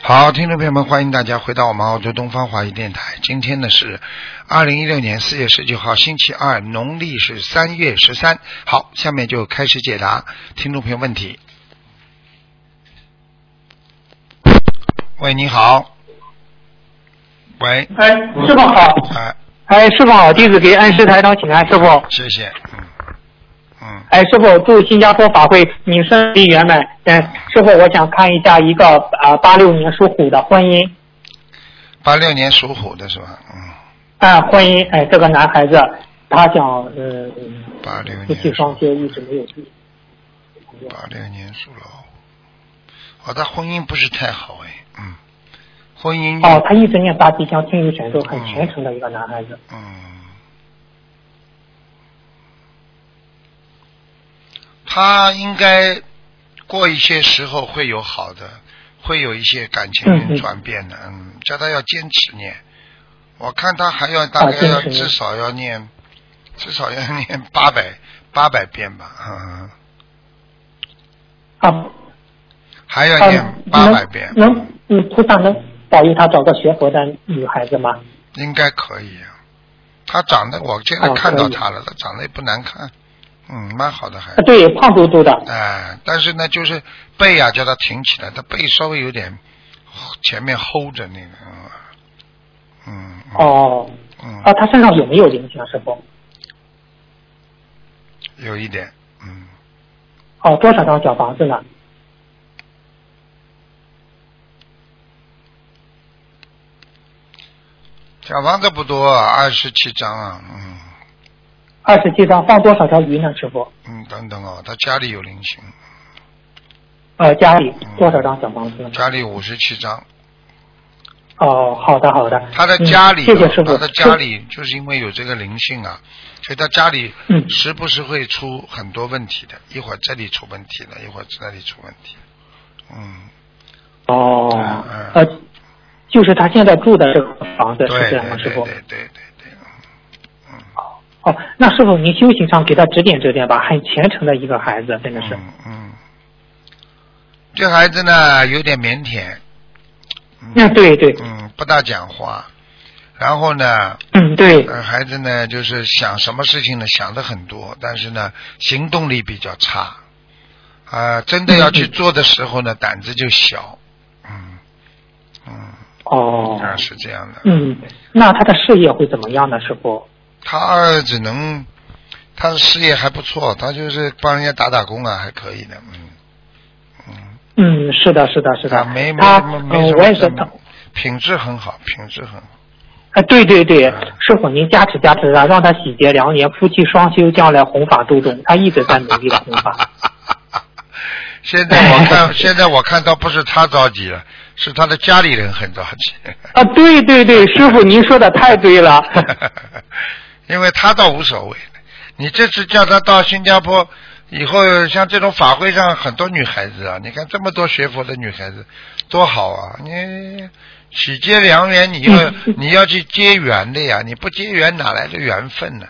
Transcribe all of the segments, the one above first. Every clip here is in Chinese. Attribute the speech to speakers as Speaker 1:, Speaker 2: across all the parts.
Speaker 1: 好，听众朋友们，欢迎大家回到我们澳洲东方华语电台。今天呢是二零一六年四月十九号，星期二，农历是三月十三。好，下面就开始解答听众朋友问题。喂，你好。喂，
Speaker 2: 哎，师傅好！
Speaker 1: 哎，
Speaker 2: 哎，师傅好！弟子给恩师台长请安，师傅。
Speaker 1: 谢谢，嗯，嗯，
Speaker 2: 哎，师傅，祝新加坡法会你顺利圆满。嗯，师傅，我想看一下一个啊八六年属虎的婚姻
Speaker 1: 八六年属虎的是吧？嗯，
Speaker 2: 啊婚姻，哎，这个男孩子他想呃
Speaker 1: 八六
Speaker 2: 夫妻
Speaker 1: 年
Speaker 2: 双
Speaker 1: 属
Speaker 2: 修一直没有。
Speaker 1: 八六年属老虎，哦，他婚姻不是太好哎，嗯，婚姻
Speaker 2: 哦，他一直念大吉祥天女神咒，很虔诚的一个男孩子。
Speaker 1: 嗯，他应该过一些时候会有好的，会有一些感情
Speaker 2: 嗯嗯
Speaker 1: 转变的。嗯，叫他要坚持念。我看他还要
Speaker 2: 啊
Speaker 1: 大概要
Speaker 2: 坚持念
Speaker 1: 至少要念，至少要念八百八百遍吧，嗯，
Speaker 2: 啊，
Speaker 1: 还要
Speaker 2: 他
Speaker 1: 念八百
Speaker 2: 能
Speaker 1: 遍，
Speaker 2: 能，嗯，菩萨能保佑他找个学佛的女孩子吗？
Speaker 1: 应该可以。啊他长得，我现在
Speaker 2: 哦
Speaker 1: 看到
Speaker 2: 可以
Speaker 1: 他了，他长得也不难看，嗯，蛮好的孩子
Speaker 2: 啊。，对，胖嘟嘟的。
Speaker 1: 哎，但是呢，就是背啊，叫他挺起来，他背稍微有点前面 hold 着那个，嗯，嗯
Speaker 2: 哦，
Speaker 1: 嗯，
Speaker 2: 啊，他身上有没有灵性啊，师傅？
Speaker 1: 有一点，嗯，
Speaker 2: 哦，多少张小房子呢？
Speaker 1: 小房子不多，二十七张啊，嗯
Speaker 2: 二十七张，放多少条鱼呢，师傅？
Speaker 1: 嗯，等等哦，他家里有灵性，
Speaker 2: 呃，家里
Speaker 1: 嗯
Speaker 2: 多少张小房子呢？
Speaker 1: 家里五十七张，
Speaker 2: 哦，好的好的。
Speaker 1: 他的家里、
Speaker 2: 嗯、谢谢师傅。
Speaker 1: 他的家里就是因为有这个灵性啊，所以他家里
Speaker 2: 嗯
Speaker 1: 时不时会出很多问题的，一会儿这里出问题了，一会儿那里出问题，嗯，
Speaker 2: 哦
Speaker 1: 嗯，
Speaker 2: 呃，就是他现在住的这个房子
Speaker 1: 对
Speaker 2: 是这
Speaker 1: 对
Speaker 2: 样吗，
Speaker 1: 对
Speaker 2: 师
Speaker 1: 对
Speaker 2: 傅？
Speaker 1: 对对对。
Speaker 2: 哦，那师傅您修行上给他指点指点吧，很虔诚的一个孩子，真的是。
Speaker 1: 嗯嗯，这孩子呢有点腼腆，
Speaker 2: 嗯，对对，
Speaker 1: 嗯，不大讲话，然后呢，
Speaker 2: 嗯对，
Speaker 1: 呃，孩子呢就是想什么事情呢想的很多，但是呢行动力比较差，啊、真的要去
Speaker 2: 嗯嗯
Speaker 1: 做的时候呢胆子就小，嗯嗯，
Speaker 2: 哦，
Speaker 1: 啊是这样的，
Speaker 2: 嗯，那他的事业会怎么样呢，师傅？
Speaker 1: 他儿子能，他的事业还不错，他就是帮人家打打工啊，还可以的，嗯嗯。
Speaker 2: 嗯，是的，是的，是的
Speaker 1: 啊，，没没
Speaker 2: 他，
Speaker 1: 没
Speaker 2: 嗯、
Speaker 1: 没什
Speaker 2: 我
Speaker 1: 么
Speaker 2: 也是
Speaker 1: 什
Speaker 2: 他
Speaker 1: 么，，品质很好，品质很好。
Speaker 2: 啊，对对对，师傅您加持加持他，让他喜结良缘，夫妻双修，将来弘法度众。他一直在努力的弘法。
Speaker 1: 现在我 看，现在我看到不是他着急了，是他的家里人很着急，
Speaker 2: 啊，对对对，师傅您说的太 对了。
Speaker 1: 因为他倒无所谓了。你这次叫他到新加坡以后，像这种法会上很多女孩子啊，你看这么多学佛的女孩子，多好啊！你喜结良缘，你 要你要去结缘的呀，你不结缘哪来的缘分呢？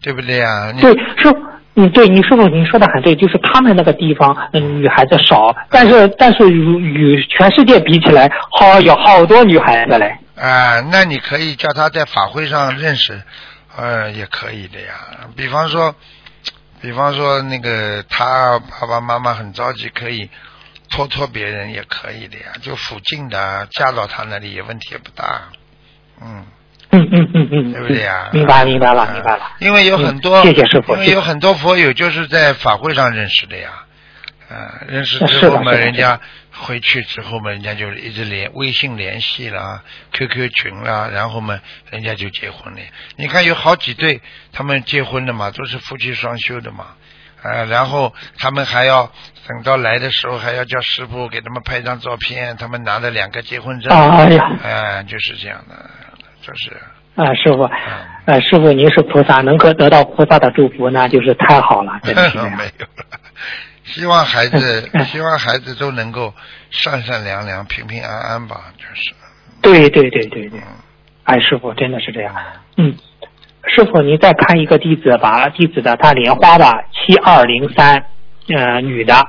Speaker 1: 对不对呀？你
Speaker 2: 对，师傅，嗯，对，你师傅您说的很对，就是他们那个地方，嗯，女孩子少，但是但是与与全世界比起来，好有好多女孩子嘞。
Speaker 1: 啊、那你可以叫他在法会上认识，呃，也可以的呀。比方说，比方说那个他爸爸妈妈很着急，可以托托别人也可以的呀，就附近的啊嫁到他那里也问题也不大。嗯，
Speaker 2: 嗯嗯嗯嗯，
Speaker 1: 对不对呀
Speaker 2: 嗯明白明白了
Speaker 1: 啊
Speaker 2: 明白了。
Speaker 1: 因为有很多，
Speaker 2: 嗯谢谢师傅
Speaker 1: 因为有很多佛友就是在法会上认识的呀。呃，认识
Speaker 2: 是
Speaker 1: 之
Speaker 2: 的
Speaker 1: 后嘛，
Speaker 2: 是的
Speaker 1: 人家回去之后嘛，人家就一直联微信联系啦，QQ 群啦，然后嘛，人家就结婚了。你看有好几对他们结婚的嘛，都是夫妻双修的嘛，呃，然后他们还要等到来的时候还要叫师傅给他们拍张照片，他们拿着两个结婚证，哎、
Speaker 2: 哎呀，
Speaker 1: 就是这样的，就是。嗯
Speaker 2: 啊，师傅，呃，师傅您是菩萨，能够得到菩萨的祝福，那就是太好了，真是这 样。
Speaker 1: 没有了。希望孩子
Speaker 2: 嗯，嗯
Speaker 1: 希望孩子都能够善善良良、平平安安吧，就是。
Speaker 2: 对对对对对，
Speaker 1: 嗯，
Speaker 2: 哎，师傅真的是这样。嗯，师傅您再看一个弟子吧，弟子的他莲花吧，七二零三，呃，女的，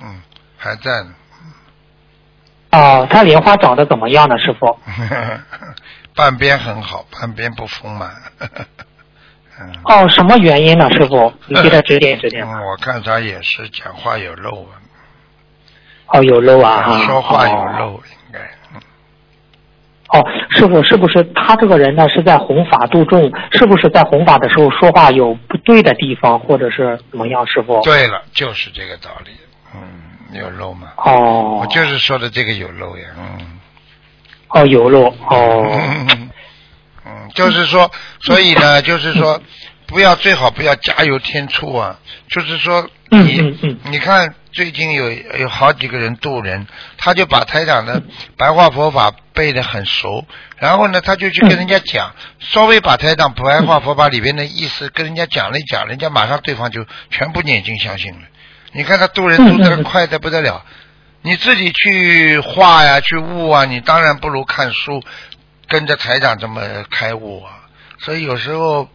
Speaker 1: 嗯，还在呢，
Speaker 2: 哦，他莲花长得怎么样呢，师傅？
Speaker 1: 半边很好，半边不丰满。 嗯，
Speaker 2: 哦，什么原因呢，师傅？你给他指点指 点。
Speaker 1: 嗯我看他也是讲话有漏啊，
Speaker 2: 哦，有漏啊哈。
Speaker 1: 说话有
Speaker 2: 哦
Speaker 1: 漏，应该。嗯
Speaker 2: 哦，师傅，是不是他这个人呢是在弘法度众？是不是在弘法的时候说话有不对的地方，或者是怎么样？师傅？。
Speaker 1: 对了，就是这个道理。嗯，有漏嘛？
Speaker 2: 哦。
Speaker 1: 我就是说的这个有漏呀。嗯。
Speaker 2: 哦，有漏哦。
Speaker 1: 嗯，嗯，就是说，所以呢，就是说，不要最好不要加油添醋啊。就是说
Speaker 2: 嗯
Speaker 1: 你，
Speaker 2: 嗯嗯
Speaker 1: 你看最近有有好几个人渡人，他就把台长的白话佛法背得很熟，然后呢，他就去跟人家讲，稍微把台长白话佛法里边的意思跟人家讲了一讲，人家马上对方就全部念经相信了。你看他渡人渡
Speaker 2: 嗯嗯
Speaker 1: 得
Speaker 2: 嗯
Speaker 1: 快得不得了，你自己去画呀，去悟啊，你当然不如看书，跟着台长这么开悟啊。所以有时候，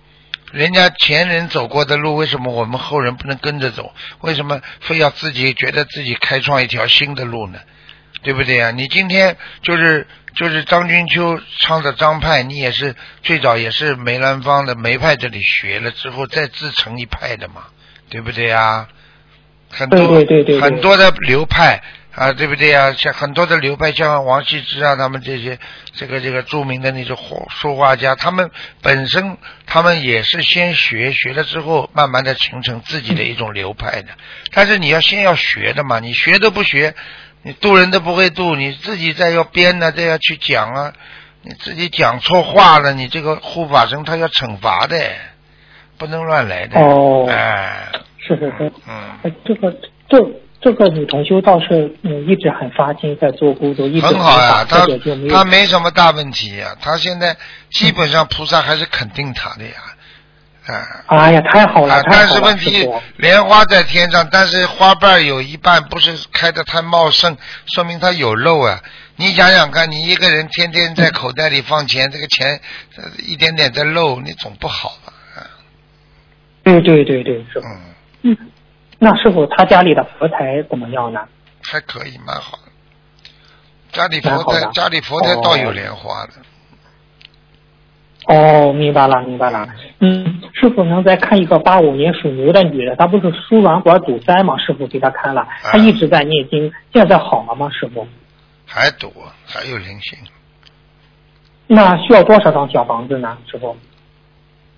Speaker 1: 人家前人走过的路，为什么我们后人不能跟着走？为什么非要自己觉得自己开创一条新的路呢？对不对啊？你今天就是就是张君秋唱的张派，你也是最早也是梅兰芳的梅派这里学了之后，再自成一派的嘛，对不对啊？很多
Speaker 2: 对对对对对
Speaker 1: 很多的流派啊，对不对啊？像很多的流派，像王羲之啊，他们这些这个这个著名的那些画书画家，他们本身他们也是先学，学了之后慢慢的形成自己的一种流派的。但是你要先要学的嘛，你学都不学，你渡人都不会渡，你自己再要编呢、再要去讲啊，你自己讲错话了，你这个护法神他要惩罚的，不能乱来的。
Speaker 2: 哦
Speaker 1: 哎，
Speaker 2: 是是是，
Speaker 1: 嗯，
Speaker 2: 呃这个这这个女同修倒是嗯一直很发心在做工作，一直
Speaker 1: 很好呀、
Speaker 2: 很
Speaker 1: 他
Speaker 2: 这个就没有
Speaker 1: 他没什么大问题呀、他现在基本上菩萨还是肯定他的呀，啊。
Speaker 2: 哎呀，太好了，
Speaker 1: 啊，
Speaker 2: 太
Speaker 1: 但
Speaker 2: 好
Speaker 1: 是
Speaker 2: 了，
Speaker 1: 问
Speaker 2: 师
Speaker 1: 题
Speaker 2: 傅。，
Speaker 1: 莲花在天上，但是花瓣儿有一半不是开的太茂盛，说明它有漏啊。你想想看，你一个人天天在口袋里放钱，这个钱呃一点点在漏，你总不好吧？
Speaker 2: 对对对对，师傅。
Speaker 1: 嗯，
Speaker 2: 嗯，那师傅他家里的佛台怎么样呢？
Speaker 1: 还可以，蛮好的。家里
Speaker 2: 蛮
Speaker 1: 佛
Speaker 2: 好
Speaker 1: 台
Speaker 2: 的，啊
Speaker 1: 家里佛台倒有
Speaker 2: 哦
Speaker 1: 莲花的。
Speaker 2: 哦，明白了，明白了。嗯，师傅能再看一个八五年属牛的女的，她不是输卵管堵塞吗？师傅给她看了，
Speaker 1: 啊
Speaker 2: 她一直在念经，现在好了吗？师傅，
Speaker 1: 还堵，还有灵性，
Speaker 2: 那需要多少张小房子呢？师傅？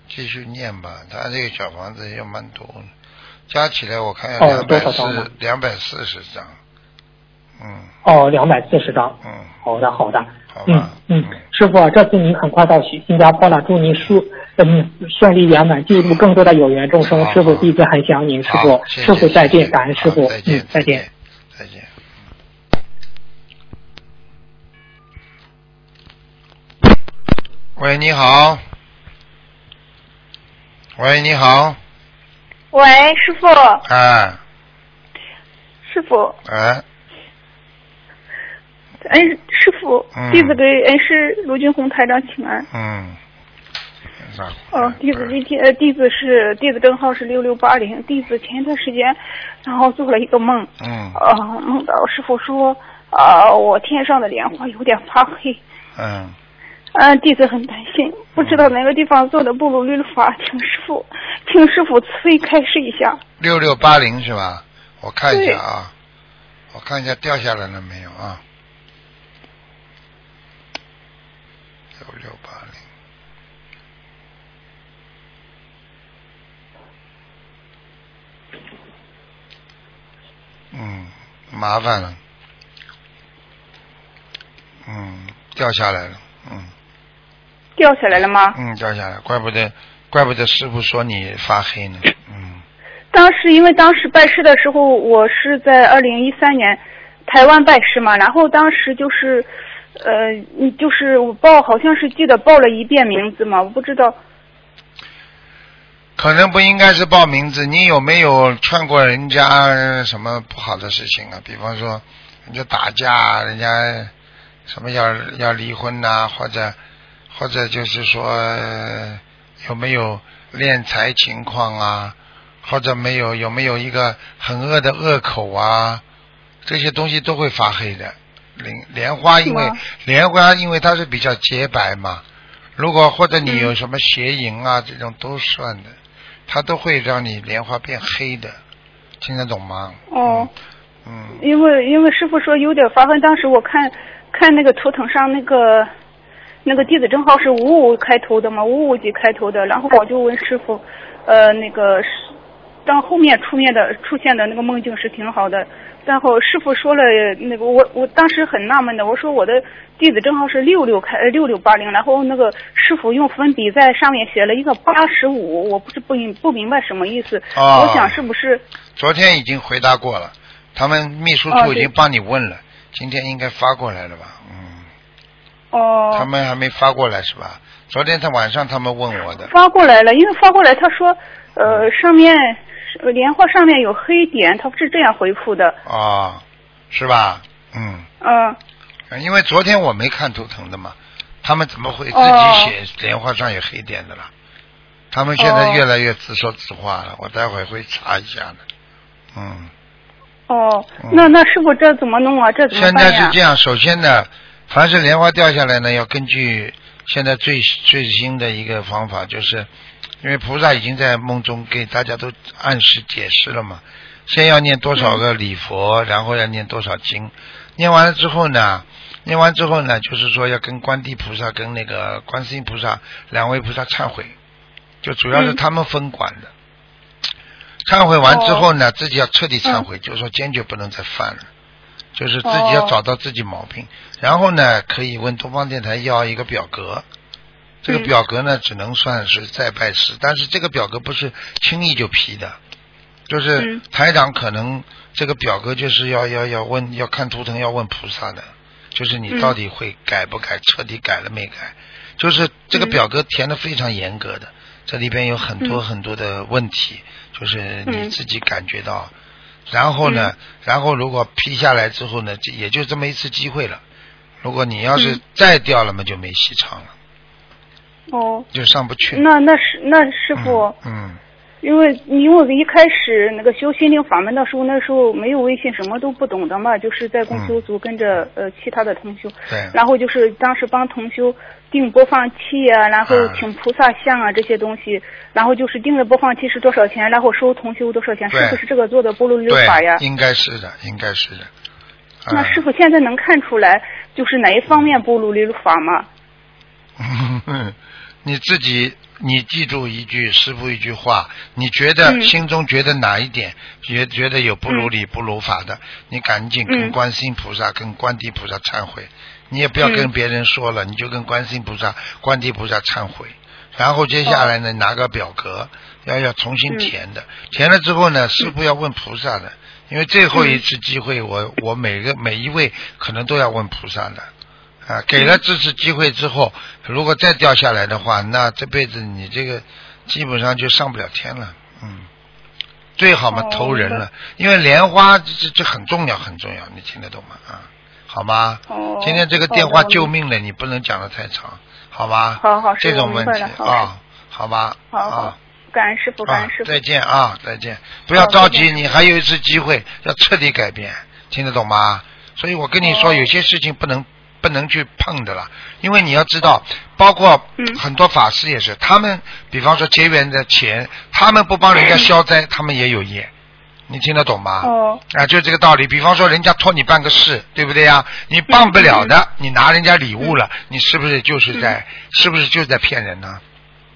Speaker 1: 继续念吧。他这个小房子也蛮多的，加起来我看要
Speaker 2: 哦
Speaker 1: 两
Speaker 2: 多
Speaker 1: 百
Speaker 2: 少张
Speaker 1: 四
Speaker 2: 呢
Speaker 1: 两百四十张。嗯
Speaker 2: 哦，两百四十张。
Speaker 1: 嗯，
Speaker 2: 好的，好的。
Speaker 1: 好
Speaker 2: 嗯
Speaker 1: 吧。
Speaker 2: 嗯，师傅啊，这次您很快到新新加坡了，祝您顺嗯顺利圆满，救助更多的有缘众生。
Speaker 1: 好
Speaker 2: 师傅
Speaker 1: 好
Speaker 2: 弟子很想您，师
Speaker 1: 嗯好，
Speaker 2: 傅，
Speaker 1: 谢
Speaker 2: 师
Speaker 1: 谢
Speaker 2: 傅再
Speaker 1: 谢
Speaker 2: 见，
Speaker 1: 谢
Speaker 2: 感恩师
Speaker 1: 好
Speaker 2: 傅，
Speaker 1: 再
Speaker 2: 嗯
Speaker 1: 见，，
Speaker 2: 再见。，
Speaker 1: 再见。喂，你好。喂，你好，
Speaker 3: 喂，师傅，
Speaker 1: 哎
Speaker 3: 师傅，
Speaker 1: 哎，
Speaker 3: 恩师傅
Speaker 1: 嗯，
Speaker 3: 弟子给恩师卢军红台长请安。
Speaker 1: 嗯，咋回事
Speaker 3: 哦，弟子今天呃，弟子是弟子证号是六六八零。弟子前一段时间，然后做了一个梦，
Speaker 1: 嗯
Speaker 3: 呃，梦到师傅说，呃，我天上的莲花有点发黑，
Speaker 1: 嗯，
Speaker 3: 嗯，弟子很担心，不知道哪个地方做的不如律法，请师傅，请师傅慈悲开示一下。
Speaker 1: 六六八零是吧？我看一下啊，我看一下掉下来了没有啊？六六八零。嗯，麻烦了。嗯，掉下来了。嗯
Speaker 3: 掉下来了吗？
Speaker 1: 嗯，掉下来，怪不得，怪不得师傅说你发黑呢。嗯
Speaker 3: 当时因为当时拜师的时候，我是在二零一三年台湾拜师嘛，然后当时就是，呃，你就是我报好像是记得报了一遍名字嘛，我不知道。
Speaker 1: 可能不应该是报名字。你有没有劝过人家呃什么不好的事情啊？比方说，人家打架，人家什么要要离婚呐、或者或者就是说、呃有没有敛财情况啊？或者没有有没有一个很恶的恶口啊？这些东西都会发黑的。莲莲花因为
Speaker 3: 是吗
Speaker 1: 莲花因为它是比较洁白嘛，如果或者你
Speaker 3: 嗯
Speaker 1: 有什么邪淫啊、这种都算的，它都会让你莲花变黑的，听得懂吗？
Speaker 3: 哦，
Speaker 1: 嗯，
Speaker 3: 因为因为师傅说有点发黑，当时我看看那个图腾上那个那个地址正好是五五开头的嘛，五五几开头的，然后我就问师傅，呃，那个是当后面出面的出现的那个梦境是挺好的，然后师傅说了那个我我当时很纳闷的，我说我的地址正好是六六开六六八零，然后那个师傅用粉笔在上面写了一个八十五，我不是不明不明白什么意思，
Speaker 1: 哦
Speaker 3: 我想是不是
Speaker 1: 昨天已经回答过了，他们秘书
Speaker 3: 哦
Speaker 1: 处已
Speaker 3: 对
Speaker 1: 经帮你问了，今天应该发过来了吧？嗯，
Speaker 3: 哦、
Speaker 1: 他们还没发过来是吧？昨天他晚上他们问我的，
Speaker 3: 发过来了，因为发过来他说，呃，上面呃莲花上面有黑点，他是这样回复的，
Speaker 1: 啊、是吧？嗯。
Speaker 3: 嗯、
Speaker 1: 因为昨天我没看图腾的嘛，他们怎么会自
Speaker 3: 哦
Speaker 1: 己写莲花上有黑点的啦？他们现
Speaker 3: 哦
Speaker 1: 在越来越自说自话了，我待会会查一下的。嗯，
Speaker 3: 哦
Speaker 1: 嗯，
Speaker 3: 那那师傅这怎么弄啊？这怎么
Speaker 1: 现
Speaker 3: 办
Speaker 1: 在是
Speaker 3: 呀
Speaker 1: 这？样，首先呢，凡是莲花掉下来呢，要根据现在最最新的一个方法，就是因为菩萨已经在梦中给大家都暗示解释了嘛，先要念多少个礼佛，然后要念多少经，念完了之后呢，念完之后呢，就是说要跟观地菩萨跟那个观世音菩萨两位菩萨忏悔，就主要是
Speaker 3: 嗯
Speaker 1: 他们分管的。忏悔完之后呢，
Speaker 3: 哦
Speaker 1: 自己要彻底
Speaker 3: 嗯
Speaker 1: 忏悔，就是说坚决不能再犯了，就是自己要
Speaker 3: 哦
Speaker 1: 找到自己毛病。然后呢，可以问东方电台要一个表格。这个
Speaker 3: 嗯
Speaker 1: 表格呢，只能算是再拜师，但是这个表格不是轻易就批的，就是
Speaker 3: 嗯
Speaker 1: 台长可能这个表格就是要要要问要看图腾要问菩萨的，就是你
Speaker 3: 嗯
Speaker 1: 到底会改不改，彻底改了没改，就是这个
Speaker 3: 嗯
Speaker 1: 表格填的非常严格的，这里边有很多
Speaker 3: 嗯
Speaker 1: 很多的问题，就是你
Speaker 3: 嗯
Speaker 1: 自己感觉到，然后呢，然后如果批下来之后呢，这也就这么一次机会了。如果你要是
Speaker 3: 嗯
Speaker 1: 再掉了嘛，就没戏唱了，
Speaker 3: 哦，
Speaker 1: 就上不去。
Speaker 3: 那那师那师傅，
Speaker 1: 嗯，
Speaker 3: 因为因为一开始那个修心灵法门的时候，那时候没有微信，什么都不懂的嘛，就是在共修组跟着、呃其他的同修，
Speaker 1: 嗯对，
Speaker 3: 然后就是当时帮同修订播放器啊，然后
Speaker 1: 嗯
Speaker 3: 请菩萨像啊这些东西，然后就是订的播放器是多少钱，然后收同修多少钱，是
Speaker 1: 对
Speaker 3: 不是这个做的波罗律法呀
Speaker 1: 对，？应该是的，应该是的。
Speaker 3: 那
Speaker 1: 啊
Speaker 3: 师傅现在能看出来就是哪一方面波罗律法吗？
Speaker 1: 你自己，你记住一句师傅一句话，你觉得、
Speaker 3: 嗯
Speaker 1: 心中觉得哪一点，觉觉得有不如理、不如法的，你赶紧跟
Speaker 3: 嗯
Speaker 1: 观世音菩萨、跟观地菩萨忏悔，你也不要
Speaker 3: 嗯
Speaker 1: 跟别人说了，你就跟观世音菩萨、观地菩萨忏悔。然后接下来
Speaker 3: 哦
Speaker 1: 呢，拿个表格，要要重新
Speaker 3: 嗯
Speaker 1: 填的，填了之后呢，师傅要问菩萨的，因为最后一次机
Speaker 3: 嗯
Speaker 1: 会，我我每个每一位可能都要问菩萨的，
Speaker 3: 嗯
Speaker 1: 啊，给了这次机会之后，如果再掉下来的话，那这辈子你这个基本上就上不了天了，嗯，最好嘛
Speaker 3: 哦
Speaker 1: 投人
Speaker 3: 明
Speaker 1: 了，因为莲花这这这很重要很重要，你听得懂吗？啊，好吗？
Speaker 3: 哦，
Speaker 1: 今天这个
Speaker 3: 好
Speaker 1: 电话
Speaker 3: 的
Speaker 1: 救命了，你不能讲的太长，好吧？
Speaker 3: 好好
Speaker 1: 这
Speaker 3: 师傅
Speaker 1: 种问题
Speaker 3: 明白了好
Speaker 1: 啊，好吧？
Speaker 3: 好好
Speaker 1: 啊
Speaker 3: 感恩师傅，感
Speaker 1: 啊
Speaker 3: 恩师，傅
Speaker 1: 再。见啊，再见！不要
Speaker 3: 好
Speaker 1: 着
Speaker 3: 再
Speaker 1: 急，
Speaker 3: 见
Speaker 1: 你还有一次机会，要彻底改变，听得懂吗？所以我跟你说，
Speaker 3: 哦
Speaker 1: 有些事情不能不能去碰的了，因为你要知道，包括
Speaker 3: 嗯
Speaker 1: 很多法师也是，他们比方说结缘的钱，他们不帮人家消灾，他们也有业，你听得懂吗？
Speaker 3: 嗯哦，
Speaker 1: 啊，就这个道理。比方说，人家托你办个事，对不对呀？你办不了
Speaker 3: 嗯
Speaker 1: 的，你拿人家礼物了，你是不是就是在，是不是就是在骗人呢？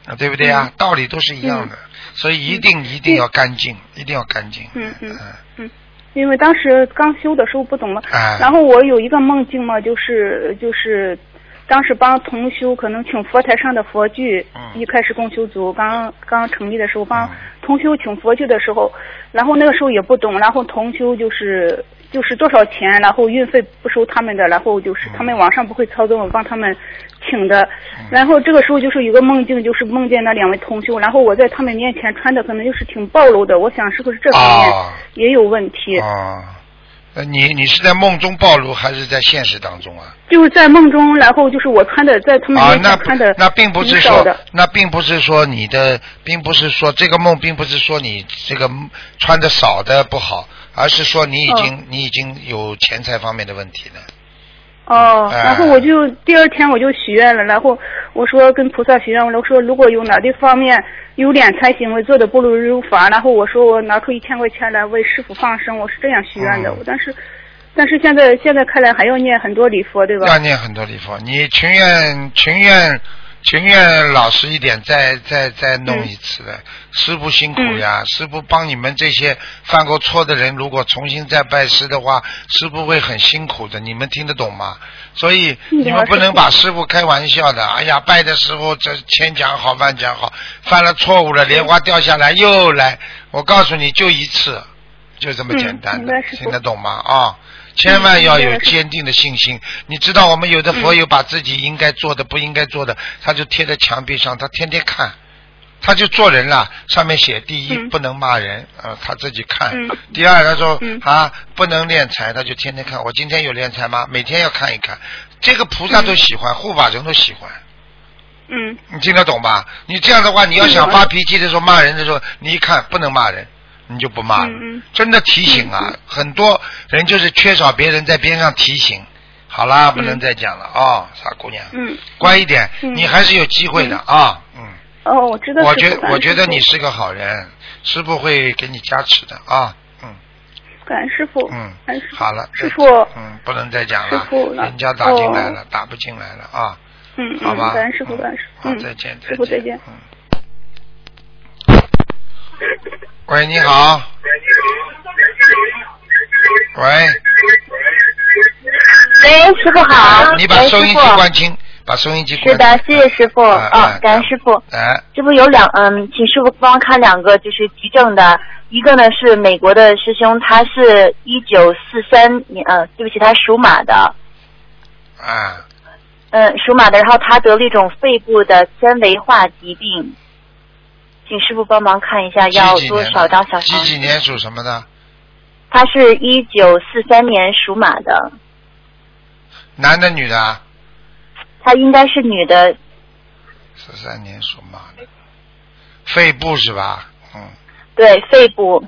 Speaker 1: 啊，对不对
Speaker 3: 嗯
Speaker 1: 呀？道理都是一样的，所以一定一定要干净，一定要干净。
Speaker 3: 嗯嗯
Speaker 1: 嗯
Speaker 3: 因为当时刚修的时候不懂嘛，
Speaker 1: 哎
Speaker 3: 然后我有一个梦境嘛，就是就是，当时帮同修可能请佛台上的佛具，
Speaker 1: 嗯
Speaker 3: 一开始共修组刚刚成立的时候，帮
Speaker 1: 嗯
Speaker 3: 同修请佛具的时候，然后那个时候也不懂，然后同修就是就是多少钱，然后运费不收他们的，然后
Speaker 1: 嗯
Speaker 3: 就是他们网上不会操作，我帮他们请的，然后这个时候就是有个梦境，就是梦见那两位同修，然后我在他们面前穿的可能就是挺暴露的，我想是不是这方面
Speaker 1: 哦
Speaker 3: 也有问题？
Speaker 1: 哦，呃，你你是在梦中暴露还是在现实当中啊？
Speaker 3: 就是在梦中，然后就是我穿的，在他们
Speaker 1: 啊，
Speaker 3: 面
Speaker 1: 那
Speaker 3: 前
Speaker 1: 不
Speaker 3: 穿的
Speaker 1: 那并不是
Speaker 3: 挺少
Speaker 1: 说
Speaker 3: 的，
Speaker 1: 那并不是说你的，并不是说这个梦，并不是说你这个穿的少的不好，而是说你已经、你已经有钱财方面的问题了。
Speaker 3: 哦，
Speaker 1: 哎
Speaker 3: 然后我就第二天我就许愿了，然后我说跟菩萨许愿，我说如果有哪地方面有敛财行为做的不如如法，然后我说我拿出一千块钱来为师傅放生，我是这样许愿的。
Speaker 1: 嗯
Speaker 3: 但是，但是现在现在看来还要念很多礼佛，对吧？
Speaker 1: 要念很多礼佛，你情愿情愿情愿老实一点，再再再
Speaker 3: 嗯
Speaker 1: 弄一次的。师傅辛苦呀，师傅帮你们这些犯过错的人，如果重新再拜师的话，师傅会很辛苦的。你们听得懂吗？所以
Speaker 3: 嗯
Speaker 1: 你们不能
Speaker 3: 了解
Speaker 1: 把师傅开玩笑的。哎呀，拜的时候这千讲好万讲好，犯了错误
Speaker 3: 嗯
Speaker 1: 了，莲花掉下来又来。我告诉你，就一次，就这么
Speaker 3: 嗯
Speaker 1: 简单的，
Speaker 3: 明白师傅
Speaker 1: 听得懂吗？啊、千万要有坚定的信心。你知道，我们有的
Speaker 3: 嗯
Speaker 1: 佛友把自己应该做的、不应该做的，他就贴在墙壁上，他天天看，他就做人了。上面写第一
Speaker 3: 嗯
Speaker 1: 不能骂人啊、他自己看；
Speaker 3: 嗯
Speaker 1: 第二，他说
Speaker 3: 嗯
Speaker 1: 啊不能敛财，他就天天看。我今天有敛财吗？每天要看一看。这个菩萨都喜欢，护法神都喜欢。
Speaker 3: 嗯
Speaker 1: 你听得懂吧？你这样的话，你要想
Speaker 3: 嗯
Speaker 1: 发脾气的时候骂人的时候，你一看不能骂人，你就不骂了。
Speaker 3: 嗯嗯嗯
Speaker 1: 真的提醒啊，很多人就是缺少别人在边上提醒。好啦，不能再讲了啊、哦傻姑娘，
Speaker 3: 嗯，
Speaker 1: 乖一点，
Speaker 3: 嗯
Speaker 1: 你还是有机会的啊。嗯，
Speaker 3: 哦，我知道师傅。
Speaker 1: 我觉
Speaker 3: 感恩
Speaker 1: 我觉得
Speaker 3: 师傅
Speaker 1: 你是个好人，师傅会给你加持的啊。嗯
Speaker 3: 感恩师傅，
Speaker 1: 嗯
Speaker 3: 感恩师，傅
Speaker 1: 好了，
Speaker 3: 师
Speaker 1: 再
Speaker 3: 傅，
Speaker 1: 嗯，不能再讲了
Speaker 3: 师，傅哦
Speaker 1: 人家打进来了，打不进来了啊。
Speaker 3: 嗯
Speaker 1: 好
Speaker 3: 嗯，
Speaker 1: 吧，
Speaker 3: 感恩师傅，
Speaker 1: 嗯
Speaker 3: 感恩师傅，
Speaker 1: 好
Speaker 3: 嗯，
Speaker 1: 再见，
Speaker 3: 师傅再见。
Speaker 1: 嗯。喂，你好。喂，
Speaker 4: 喂，师傅好。
Speaker 1: 啊你把
Speaker 4: 嗯喂
Speaker 1: 收音
Speaker 4: 师
Speaker 1: 机
Speaker 4: 傅
Speaker 1: 关清，把收音机关。
Speaker 4: 是的，谢谢师傅。
Speaker 1: 啊
Speaker 4: 啊
Speaker 1: 啊，
Speaker 4: 感恩师傅。
Speaker 1: 哎，
Speaker 4: 这不有两嗯，请师傅帮我看两个，就是急症的。一个呢是美国的师兄，他是一九四三年，呃，对不起，他属马的，
Speaker 1: 啊，
Speaker 4: 嗯，属马的。然后他得了一种肺部的纤维化疾病，请师傅帮忙看一下
Speaker 1: 几
Speaker 4: 要
Speaker 1: 几
Speaker 4: 多
Speaker 1: 年
Speaker 4: 少
Speaker 1: 的
Speaker 4: 张小
Speaker 1: 几
Speaker 4: 房
Speaker 1: 几
Speaker 4: 子。
Speaker 1: 年属什么的？
Speaker 4: 他是一九四三年属马的，
Speaker 1: 男的女的啊？
Speaker 4: 他应该是女的，
Speaker 1: 十三年属马的，肺部是吧？嗯，
Speaker 4: 对，肺部，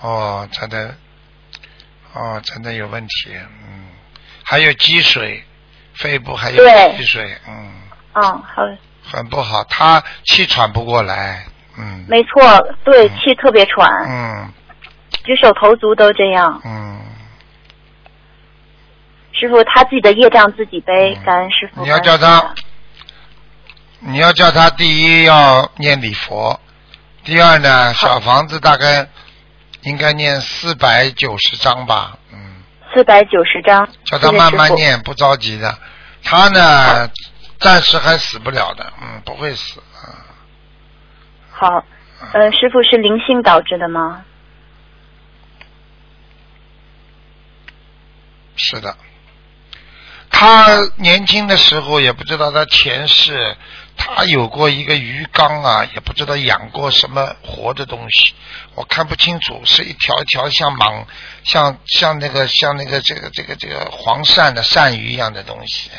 Speaker 1: 哦，真的，哦，真的有问题，嗯，还有积水，肺部还有
Speaker 4: 对
Speaker 1: 积水，嗯，
Speaker 4: 嗯，好，
Speaker 1: 很不好，他气喘不过来，嗯，
Speaker 4: 没啊错，对，气特别喘。
Speaker 1: 嗯
Speaker 4: 举手投足都这样。
Speaker 1: 嗯，
Speaker 4: 师傅，他自己的业障自己背，
Speaker 1: 嗯
Speaker 4: 感恩师傅。
Speaker 1: 你要
Speaker 4: 感
Speaker 1: 叫
Speaker 4: 恩
Speaker 1: 他
Speaker 4: 菩萨，
Speaker 1: 你要叫他第一要念礼佛，第二呢，小房子大概应该念四百九十章吧，嗯，
Speaker 4: 四百九十章，
Speaker 1: 叫他
Speaker 4: 谢谢
Speaker 1: 慢慢
Speaker 4: 师傅。
Speaker 1: 念，不着急的，他呢暂时还死不了的，嗯，不会死，嗯。
Speaker 4: 好，呃，师傅是灵性导致的吗？
Speaker 1: 是的，他年轻的时候也不知道他前世，他有过一个鱼缸啊，也不知道养过什么活的东西，我看不清楚，是一条一条像蟒，像像那个像那个这个这个这个黄鳝的鳝鱼一样的东西。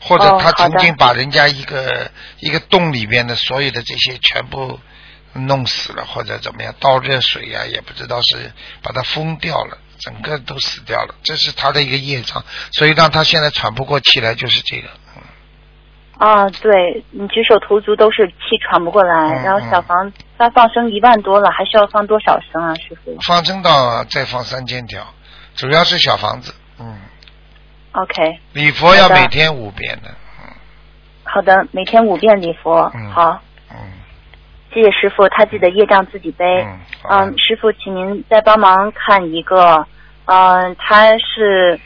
Speaker 1: 或者
Speaker 4: 哦
Speaker 1: 他
Speaker 4: 好
Speaker 1: 曾
Speaker 4: 的
Speaker 1: 经把人家一个、一个洞里边的所有的这些全部弄死了，或者怎么样倒热水呀、也不知道是把它封掉了，整个都死掉了，这是他的一个业障，所以让他现在喘不过气来，就是这个。
Speaker 4: 啊，对你举手投足都是气喘不过来，
Speaker 1: 嗯
Speaker 4: 然后小
Speaker 1: 嗯
Speaker 4: 房他放生一万多了，还需要放多少声啊，师傅
Speaker 1: 放生到再放三千条，主要是小房子，嗯，
Speaker 4: ？OK，
Speaker 1: 礼佛要
Speaker 4: 好的
Speaker 1: 每天五遍的，
Speaker 4: 好的，每天五遍礼佛。
Speaker 1: 嗯
Speaker 4: 好，
Speaker 1: 嗯
Speaker 4: 谢谢师傅，他自己的业障自己背。
Speaker 1: 嗯，好吧
Speaker 4: 嗯，师傅，请您再帮忙看一个，嗯、他是，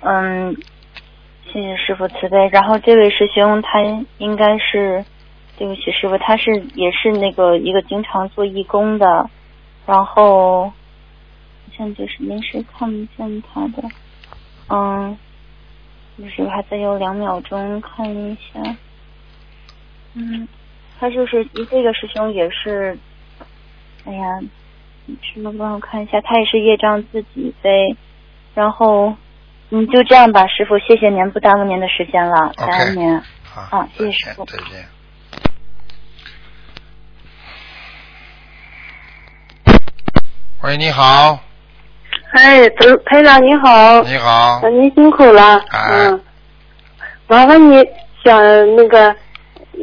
Speaker 4: 嗯，谢谢师傅慈悲。然后这位师兄他应该是，对不起师傅，他是也是那个一个经常做义工的，然后好像就是临时看不见他的，嗯，就是还再有两秒钟看一下，嗯。他就是这个师兄也是，哎呀，师傅帮我看一下，他也是业障自己背，然后嗯就这样吧，师傅，谢谢您，不耽误您的时间了，感恩您。
Speaker 1: 好，
Speaker 4: 啊谢谢师
Speaker 1: 再
Speaker 4: 傅
Speaker 1: 见，再见。喂，你好，
Speaker 5: 哎，陈台长您好，
Speaker 1: 你好
Speaker 4: 呃
Speaker 5: 啊，您辛苦了，
Speaker 1: 哎
Speaker 5: 嗯，麻烦你想那个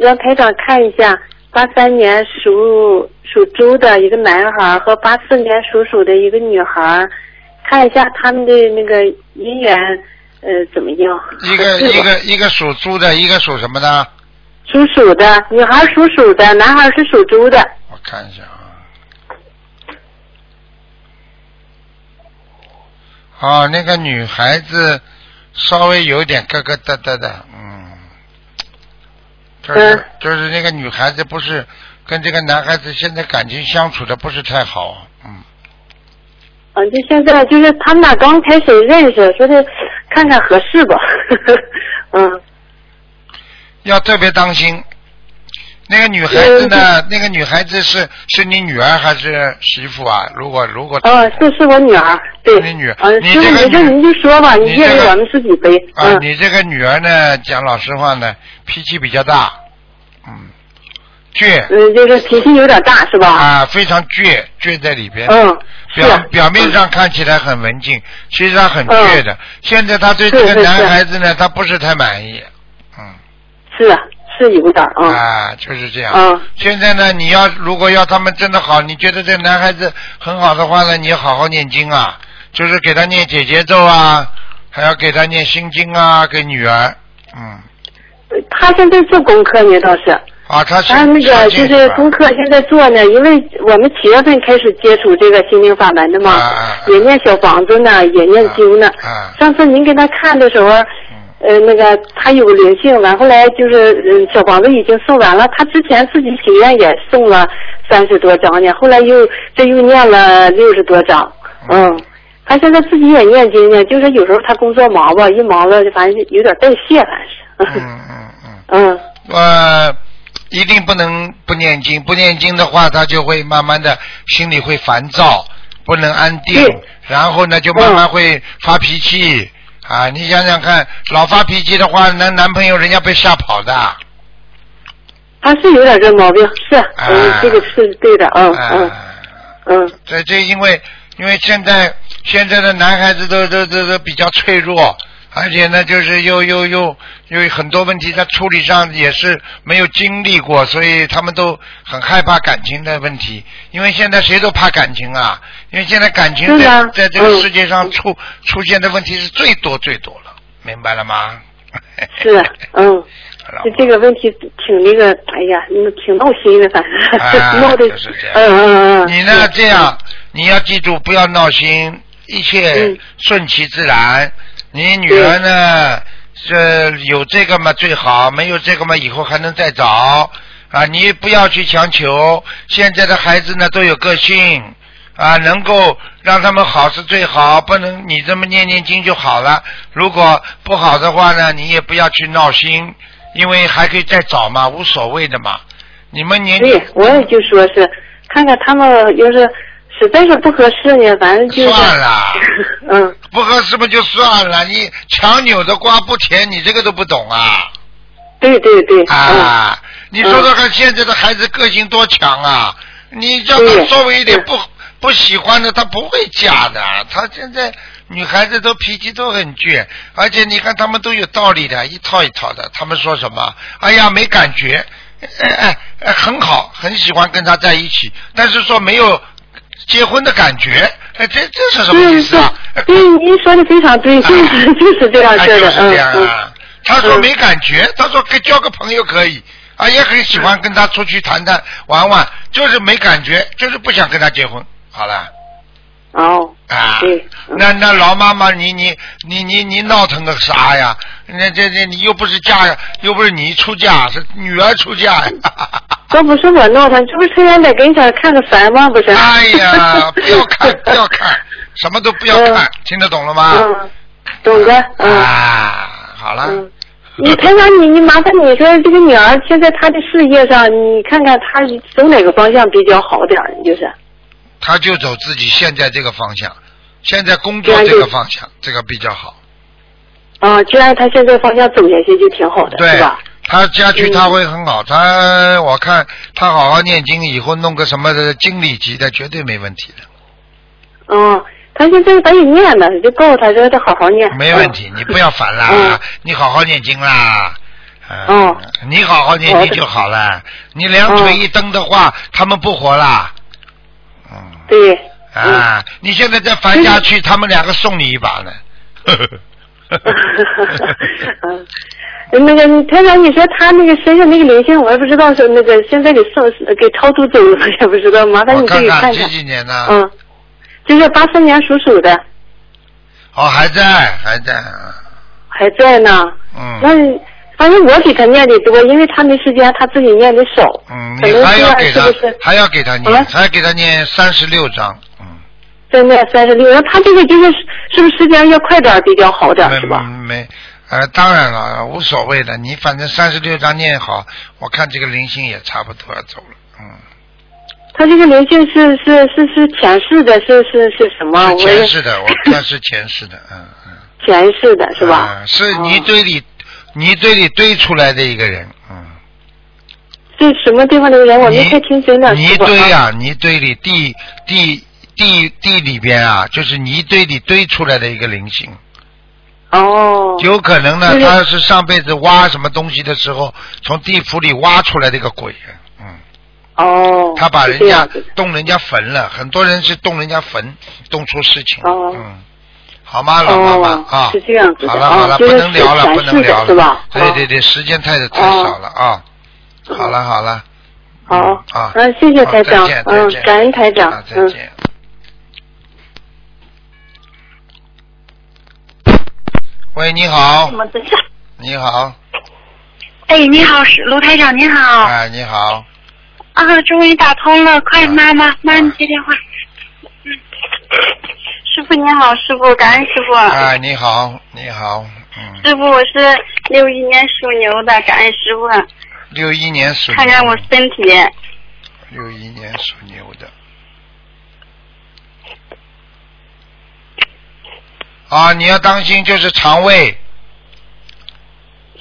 Speaker 5: 让台长看一下，八三年属属猪的一个男孩和八四年属鼠的一个女孩，看一下他们的那个姻缘呃怎么样？
Speaker 1: 一
Speaker 4: 呃
Speaker 1: 个
Speaker 5: 合适
Speaker 1: 一
Speaker 5: 吧
Speaker 1: 个一个属猪的，一个属什么的？
Speaker 5: 属鼠的女孩属鼠的，男孩是属猪的，
Speaker 1: 我看一下啊。啊，那个女孩子稍微有点疙疙瘩瘩的，嗯，就是
Speaker 5: 嗯
Speaker 1: 就是那个女孩子不是跟这个男孩子现在感情相处的不是太好，嗯，
Speaker 5: 嗯，就现在就是他们俩刚开始认识，说的看看合适吧， 嗯。
Speaker 1: 要特别当心。那个女孩子呢？
Speaker 5: 嗯
Speaker 1: 那个女孩子是是你女儿还是媳妇啊？如果如 果
Speaker 5: 哦，是是我女儿，对，
Speaker 1: 你女儿
Speaker 5: 嗯，
Speaker 1: 你
Speaker 5: 师
Speaker 1: 这个
Speaker 5: 傅，没事
Speaker 1: 女
Speaker 5: 您就说吧，
Speaker 1: 你
Speaker 5: 一切
Speaker 1: 这个
Speaker 5: 是我们自己背。
Speaker 1: 啊，
Speaker 5: 嗯，
Speaker 1: 你这个女儿呢，讲老实话呢，脾气比较大，嗯，倔
Speaker 5: 嗯，就是脾气有点大是吧？
Speaker 1: 啊，非常倔，倔在里边。
Speaker 5: 嗯，是
Speaker 1: 表表面上看起来很文静，其实她很倔的。现在她对这
Speaker 5: 嗯是
Speaker 1: 个
Speaker 5: 是
Speaker 1: 男
Speaker 5: 是
Speaker 1: 孩子呢，她不是太满意，嗯，
Speaker 5: 是是有点儿啊，
Speaker 1: 啊，就是这样。
Speaker 5: 嗯
Speaker 1: 现在呢，你要如果要他们真的好，你觉得这男孩子很好的话呢，你好好念经啊，就是给他念姐姐咒啊，还要给他念心经啊，给女儿，嗯。
Speaker 5: 他现在做功课呢倒是，
Speaker 1: 啊，他是
Speaker 5: 他那个
Speaker 1: 是
Speaker 5: 就
Speaker 1: 这样
Speaker 5: 是
Speaker 1: 吧
Speaker 5: 功课现在做呢，因为我们七月份开始接触这个心灵法门的嘛
Speaker 1: 啊啊啊，
Speaker 5: 也念小房子呢，也念经呢。
Speaker 1: 啊，嗯
Speaker 5: 上次您给他看的时候，呃，那个他有灵性了，后来就是嗯，小房子已经送完了，他之前自己许愿也送了三十多张呢，后来又这又念了六十多张，嗯，他现在自己也念经呢，就是有时候他工作忙吧，一忙了反正有点带懈，反正是，
Speaker 1: 嗯嗯嗯，
Speaker 5: 嗯，
Speaker 1: 呃，一定不能不念经，不念经的话，他就会慢慢的心里会烦躁，不能安定
Speaker 5: 对，嗯
Speaker 1: 然后呢就慢慢会发脾气。啊，你想想看，老发脾气的话，那男朋友人家被吓跑的。
Speaker 5: 他啊是有点这毛病，是，嗯，
Speaker 1: 啊
Speaker 5: 这个是对的，嗯嗯
Speaker 1: 啊，
Speaker 5: 嗯，
Speaker 1: 这这因为因为现在现在的男孩子都都都都比较脆弱，而且呢，就是又又又又有很多问题在处理上也是没有经历过，所以他们都很害怕感情的问题。因为现在谁都怕感情啊，因为现在感情
Speaker 5: 对
Speaker 1: 在、
Speaker 5: 呀
Speaker 1: 在这个
Speaker 5: 嗯
Speaker 1: 世界上出、出现的问题是最多最多了，明白了吗？
Speaker 5: 是，
Speaker 1: 哎
Speaker 5: 嗯。
Speaker 1: 好了
Speaker 5: 就这个问题挺那个，哎呀，嗯挺闹心的，反正、
Speaker 1: 啊
Speaker 5: 闹的，
Speaker 1: 就是这样
Speaker 5: 嗯嗯嗯。
Speaker 1: 你呢？
Speaker 5: 嗯
Speaker 1: 这样，你要记住，不要闹心，一切
Speaker 5: 嗯
Speaker 1: 顺其自然。你女儿呢？这有这个嘛最好，没有这个嘛以后还能再找啊！你不要去强求。现在的孩子呢都有个性啊，能够让他们好是最好，不能你这么念念经就好了。如果不好的话呢，你也不要去闹心，因为还可以再找嘛，无所谓的嘛。你们年纪
Speaker 5: 对，我也就说是，看看他们要是实在是不合适呢，反正就是，
Speaker 1: 算了。
Speaker 5: 嗯，
Speaker 1: 不合适嘛就算了，你强扭的瓜不甜，你这个都不懂啊
Speaker 5: 对对对，嗯
Speaker 1: 啊！你说说看，现在的孩子个性多强啊！你叫他
Speaker 5: 对
Speaker 1: 稍微一点
Speaker 5: 是
Speaker 1: 不不喜欢的，他不会嫁的。啊他现在女孩子都脾气都很倔，而且你看他们都有道理的，一套一套的。他们说什么？哎呀，没感觉，哎哎哎，很好，很喜欢跟他在一起，但是说没有结婚的感觉，哎，这这是什么
Speaker 5: 嗯，
Speaker 1: 意
Speaker 5: 对
Speaker 1: 思啊？哎
Speaker 5: 对对，您说的非常对，就是 就是这样
Speaker 1: 哎
Speaker 5: 式
Speaker 1: 就
Speaker 5: 的，
Speaker 1: 是这
Speaker 5: 嗯
Speaker 1: 样
Speaker 5: 嗯，
Speaker 1: 啊。他说没感觉，他说跟交个朋友可以，啊，也很喜欢跟他出去谈谈玩玩，就是没感觉，就是不想跟他结婚，好了
Speaker 5: 哦，
Speaker 1: 啊
Speaker 5: 对。嗯
Speaker 1: 那那老妈妈，你你你你你闹腾个啥呀？那这这你又不是嫁，又不是你出嫁，是女儿出嫁呀。
Speaker 5: 这哦不是我闹腾，这不是天天在跟前看个烦吗？不是？
Speaker 1: 哎呀，不要看，不要看，什么都不要看，听得懂了吗？
Speaker 5: 嗯，懂的，嗯。
Speaker 1: 啊，好了。
Speaker 5: 嗯你台长，你你麻烦你说这个女儿现在她的事业上，你看看她走哪个方向比较好点儿，就是
Speaker 1: 他就走自己现在这个方向，现在工作
Speaker 5: 对
Speaker 1: 这个
Speaker 5: 对
Speaker 1: 方向，这个比较好。
Speaker 5: 啊，就按他现在方向走下去就挺好的，
Speaker 1: 对
Speaker 5: 呃是吧？
Speaker 1: 他家去
Speaker 5: 嗯
Speaker 1: 他会很好，他我看他好好念经，以后弄个什么的经理级的绝对没问题的，
Speaker 5: 嗯，他现在咱也念呢，就告诉他让他好好念。
Speaker 1: 没问题。你不要烦啦
Speaker 5: 嗯，
Speaker 1: 你好好念经啦。啊
Speaker 5: 嗯，
Speaker 1: 你好好念
Speaker 5: 好
Speaker 1: 经
Speaker 5: 的
Speaker 1: 就好了。你两腿一蹬的
Speaker 5: 哦
Speaker 1: 话，他们不活啦。嗯
Speaker 5: 嗯。对，嗯
Speaker 1: 啊，你现在在樊家去，他们两个送你一把呢。 呵呵呵
Speaker 5: 嗯，那个台长，你说他那个身上那个灵性，我也不知道是那个现在给送给超度走了，也不知道，麻烦
Speaker 1: 我
Speaker 5: 你自
Speaker 1: 看
Speaker 5: 己
Speaker 1: 看
Speaker 5: 看
Speaker 1: 几几年呢？
Speaker 5: 嗯，就是八三年属鼠的
Speaker 1: 哦，还在，还在。
Speaker 5: 还在呢。那
Speaker 1: 嗯
Speaker 5: 反正我给他念的多，因为他没时间，他自己念的少。
Speaker 1: 嗯，
Speaker 5: 可
Speaker 1: 你
Speaker 5: 能
Speaker 1: 还要
Speaker 5: 是
Speaker 1: 给
Speaker 5: 是
Speaker 1: 他
Speaker 5: 不是，
Speaker 1: 还要给他念，
Speaker 5: 嗯
Speaker 1: 还要给他念三十六章。嗯，
Speaker 5: 再念三十六，那他这个就是是不是时间要快点儿比较好点儿，
Speaker 1: 没
Speaker 5: 是吧？
Speaker 1: 没，呃，当然了，无所谓的，你反正三十六章念好，我看这个灵性也差不多要走了。嗯。
Speaker 5: 他这个灵性是是是是前世的，是是是什么？
Speaker 1: 是
Speaker 5: 啊我也
Speaker 1: 前世的，我看是前世的，嗯嗯，
Speaker 5: 前世的是吧？
Speaker 1: 嗯是泥
Speaker 5: 哦
Speaker 1: 堆里、泥堆里堆出来的一个人，嗯，
Speaker 5: 这什么地方的人？我没
Speaker 1: 泥
Speaker 5: 太听清了。
Speaker 1: 泥
Speaker 5: 师傅
Speaker 1: 堆啊，泥堆里地地地地里边啊，就是泥堆里堆出来的一个灵性，
Speaker 5: 哦，
Speaker 1: 有可能呢
Speaker 5: 就，是
Speaker 1: 他是上辈子挖什么东西的时候，从地府里挖出来的一个鬼，嗯，
Speaker 5: 哦，
Speaker 1: 他把
Speaker 5: 是
Speaker 1: 人
Speaker 5: 这
Speaker 1: 家
Speaker 5: 样子的
Speaker 1: 动人家坟了，很多人是动人家坟，动出事情，
Speaker 5: 哦
Speaker 1: 嗯，好吗，老妈妈、
Speaker 5: 哦，
Speaker 1: 啊
Speaker 5: 是。这样子的
Speaker 1: 好了好了，
Speaker 5: 啊，就
Speaker 1: 不
Speaker 5: 是
Speaker 1: 能聊了，
Speaker 5: 前
Speaker 1: 不
Speaker 5: 世
Speaker 1: 能
Speaker 5: 的
Speaker 1: 聊
Speaker 5: 是
Speaker 1: 了
Speaker 5: 吧。？
Speaker 1: 对对对，时间太太少了啊。
Speaker 5: 哦
Speaker 1: 好了好了。
Speaker 5: 好
Speaker 1: 嗯啊。
Speaker 5: 嗯谢谢
Speaker 1: 好
Speaker 5: 台
Speaker 1: 再
Speaker 5: 长
Speaker 1: 见
Speaker 5: 嗯
Speaker 1: 再见
Speaker 5: 感恩台长
Speaker 1: 啊再
Speaker 5: 嗯
Speaker 1: 见。喂，你好，
Speaker 6: 么等一下？
Speaker 1: 你好，
Speaker 6: 哎，你好，是卢台长，您好。
Speaker 1: 哎，你好，
Speaker 6: 啊，终于打通了，快，
Speaker 1: 啊
Speaker 6: 妈妈，妈，
Speaker 1: 啊
Speaker 6: 你接电话。嗯，师傅您好，师傅，感恩师傅。
Speaker 1: 哎，你好，你好，嗯，
Speaker 6: 师傅，我是六一年属牛的，感恩师傅，
Speaker 1: 嗯六一年属
Speaker 6: 看看
Speaker 1: 牛
Speaker 6: 我
Speaker 1: 的，
Speaker 6: 身体。
Speaker 1: 六一年属牛的。啊，你要当心，就是肠胃，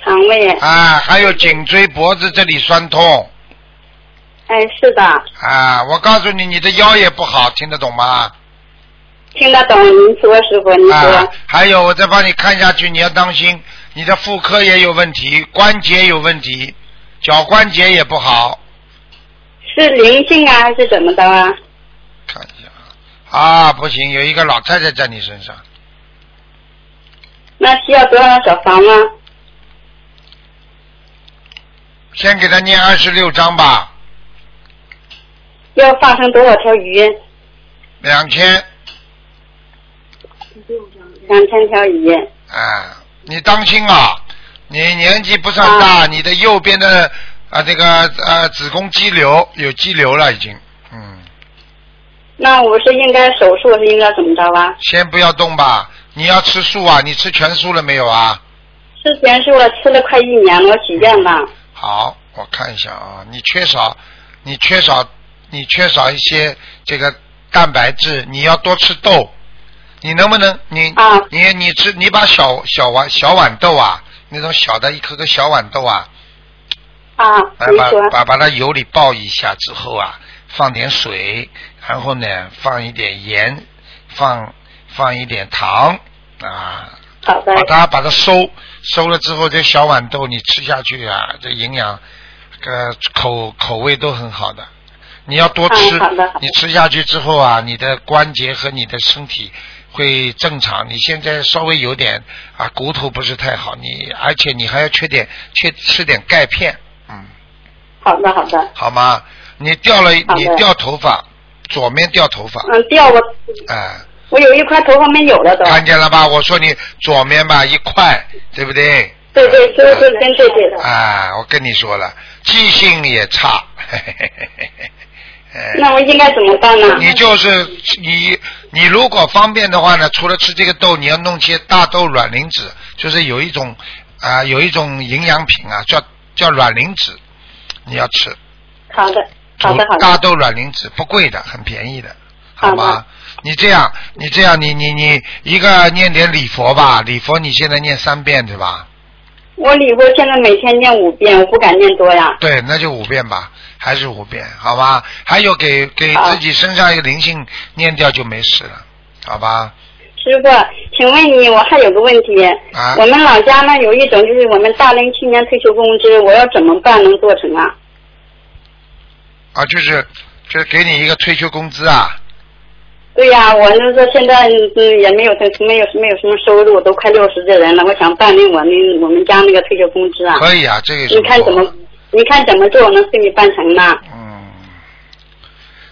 Speaker 6: 肠胃，
Speaker 1: 啊，还有颈椎、脖子这里酸痛
Speaker 6: 哎，是的，
Speaker 1: 啊！我告诉你，你的腰也不好，听得懂吗？
Speaker 6: 听得懂，您说，师傅，您说，
Speaker 1: 啊，还有我再帮你看下去，你要当心，你的妇科也有问题，关节有问题，脚关节也不好，
Speaker 6: 是灵性啊，还是怎么的啊？
Speaker 1: 看一下啊，啊，不行，有一个老太太在你身上，
Speaker 6: 那需要多少小房啊吗？
Speaker 1: 先给她念二十六章吧，
Speaker 6: 要放生多少条鱼？
Speaker 1: 两千
Speaker 6: 两千条鱼。
Speaker 1: 啊，你当心啊，你年纪不算大，你的右边的啊这个呃子宫肌瘤有肌瘤了已经，嗯。
Speaker 6: 那我是应该手术是应该怎么着啊？
Speaker 1: 先不要动吧，你要吃素啊？你吃全素了没有啊？
Speaker 6: 之前是我吃了快一年了，我许愿了。
Speaker 1: 好，我看一下啊，你缺少，你缺少，你缺少一些这个蛋白质，你要多吃豆。你能不能你、
Speaker 6: 啊
Speaker 1: 你你吃你把小小豌小豌豆啊，那种小的一颗颗小豌豆啊，
Speaker 6: 啊，
Speaker 1: 把
Speaker 6: 你
Speaker 1: 哎把
Speaker 6: 说
Speaker 1: 把把它油里爆一下之后啊，放点水，然后呢放一点盐，放放一点糖啊，
Speaker 6: 好的
Speaker 1: 把，它把它收收了之后，这小豌豆你吃下去啊，这营养，呃，口口味都很好的。你要多吃
Speaker 6: 嗯好的好的，
Speaker 1: 你吃下去之后啊，你的关节和你的身体会正常。你现在稍微有点啊，骨头不是太好，你而且你还要缺点缺吃点钙片，嗯，
Speaker 6: 好的，好的。
Speaker 1: 好吗？你掉了，
Speaker 6: 好的
Speaker 1: 你掉头发，左面掉头发，
Speaker 6: 嗯，掉我
Speaker 1: 哎、
Speaker 6: 我有一块头发没有了都。
Speaker 1: 看见了吧？我说你左面吧一块，对不对？
Speaker 6: 对对，师傅说的真对对的。
Speaker 1: 啊，我跟你说了，记性也 差，嘿嘿嘿嘿嘿哎，
Speaker 6: 那我应该怎么办呢？
Speaker 1: 你就是你你如果方便的话呢，除了吃这个豆，你要弄些大豆卵磷脂，就是有一种啊、有一种营养品啊，叫叫卵磷脂，你要吃，
Speaker 6: 好的，好
Speaker 1: 煮
Speaker 6: 的，好
Speaker 1: 大
Speaker 6: 的。
Speaker 1: 豆卵磷脂不贵的，很便宜的，好吗？你这样，你这样，你你你一个念点礼佛吧，礼佛你现在念三遍对吧？
Speaker 5: 我礼佛现在每天念五遍，我不敢念多呀。
Speaker 1: 对，那就五遍吧，还是五遍，好吧？还有给给
Speaker 5: 好
Speaker 1: 自己身上一个灵性念掉就没事了，好吧？
Speaker 5: 师傅，请问你，我还有个问题。
Speaker 1: 啊
Speaker 5: 我们老家呢有一种就是我们大龄青年退休工资，我要怎么办能做成啊？
Speaker 1: 啊，就是就是给你一个退休工资啊，
Speaker 5: 对呀、我就是说现在嗯也没有没有没有什么收入，都快六十的人了，我想办理我们我们家那个退休工资啊。
Speaker 1: 可以啊，这个有什
Speaker 5: 你看
Speaker 1: 不
Speaker 5: 怎
Speaker 1: 好
Speaker 5: 么你看怎么做能给你办成呢？
Speaker 1: 嗯，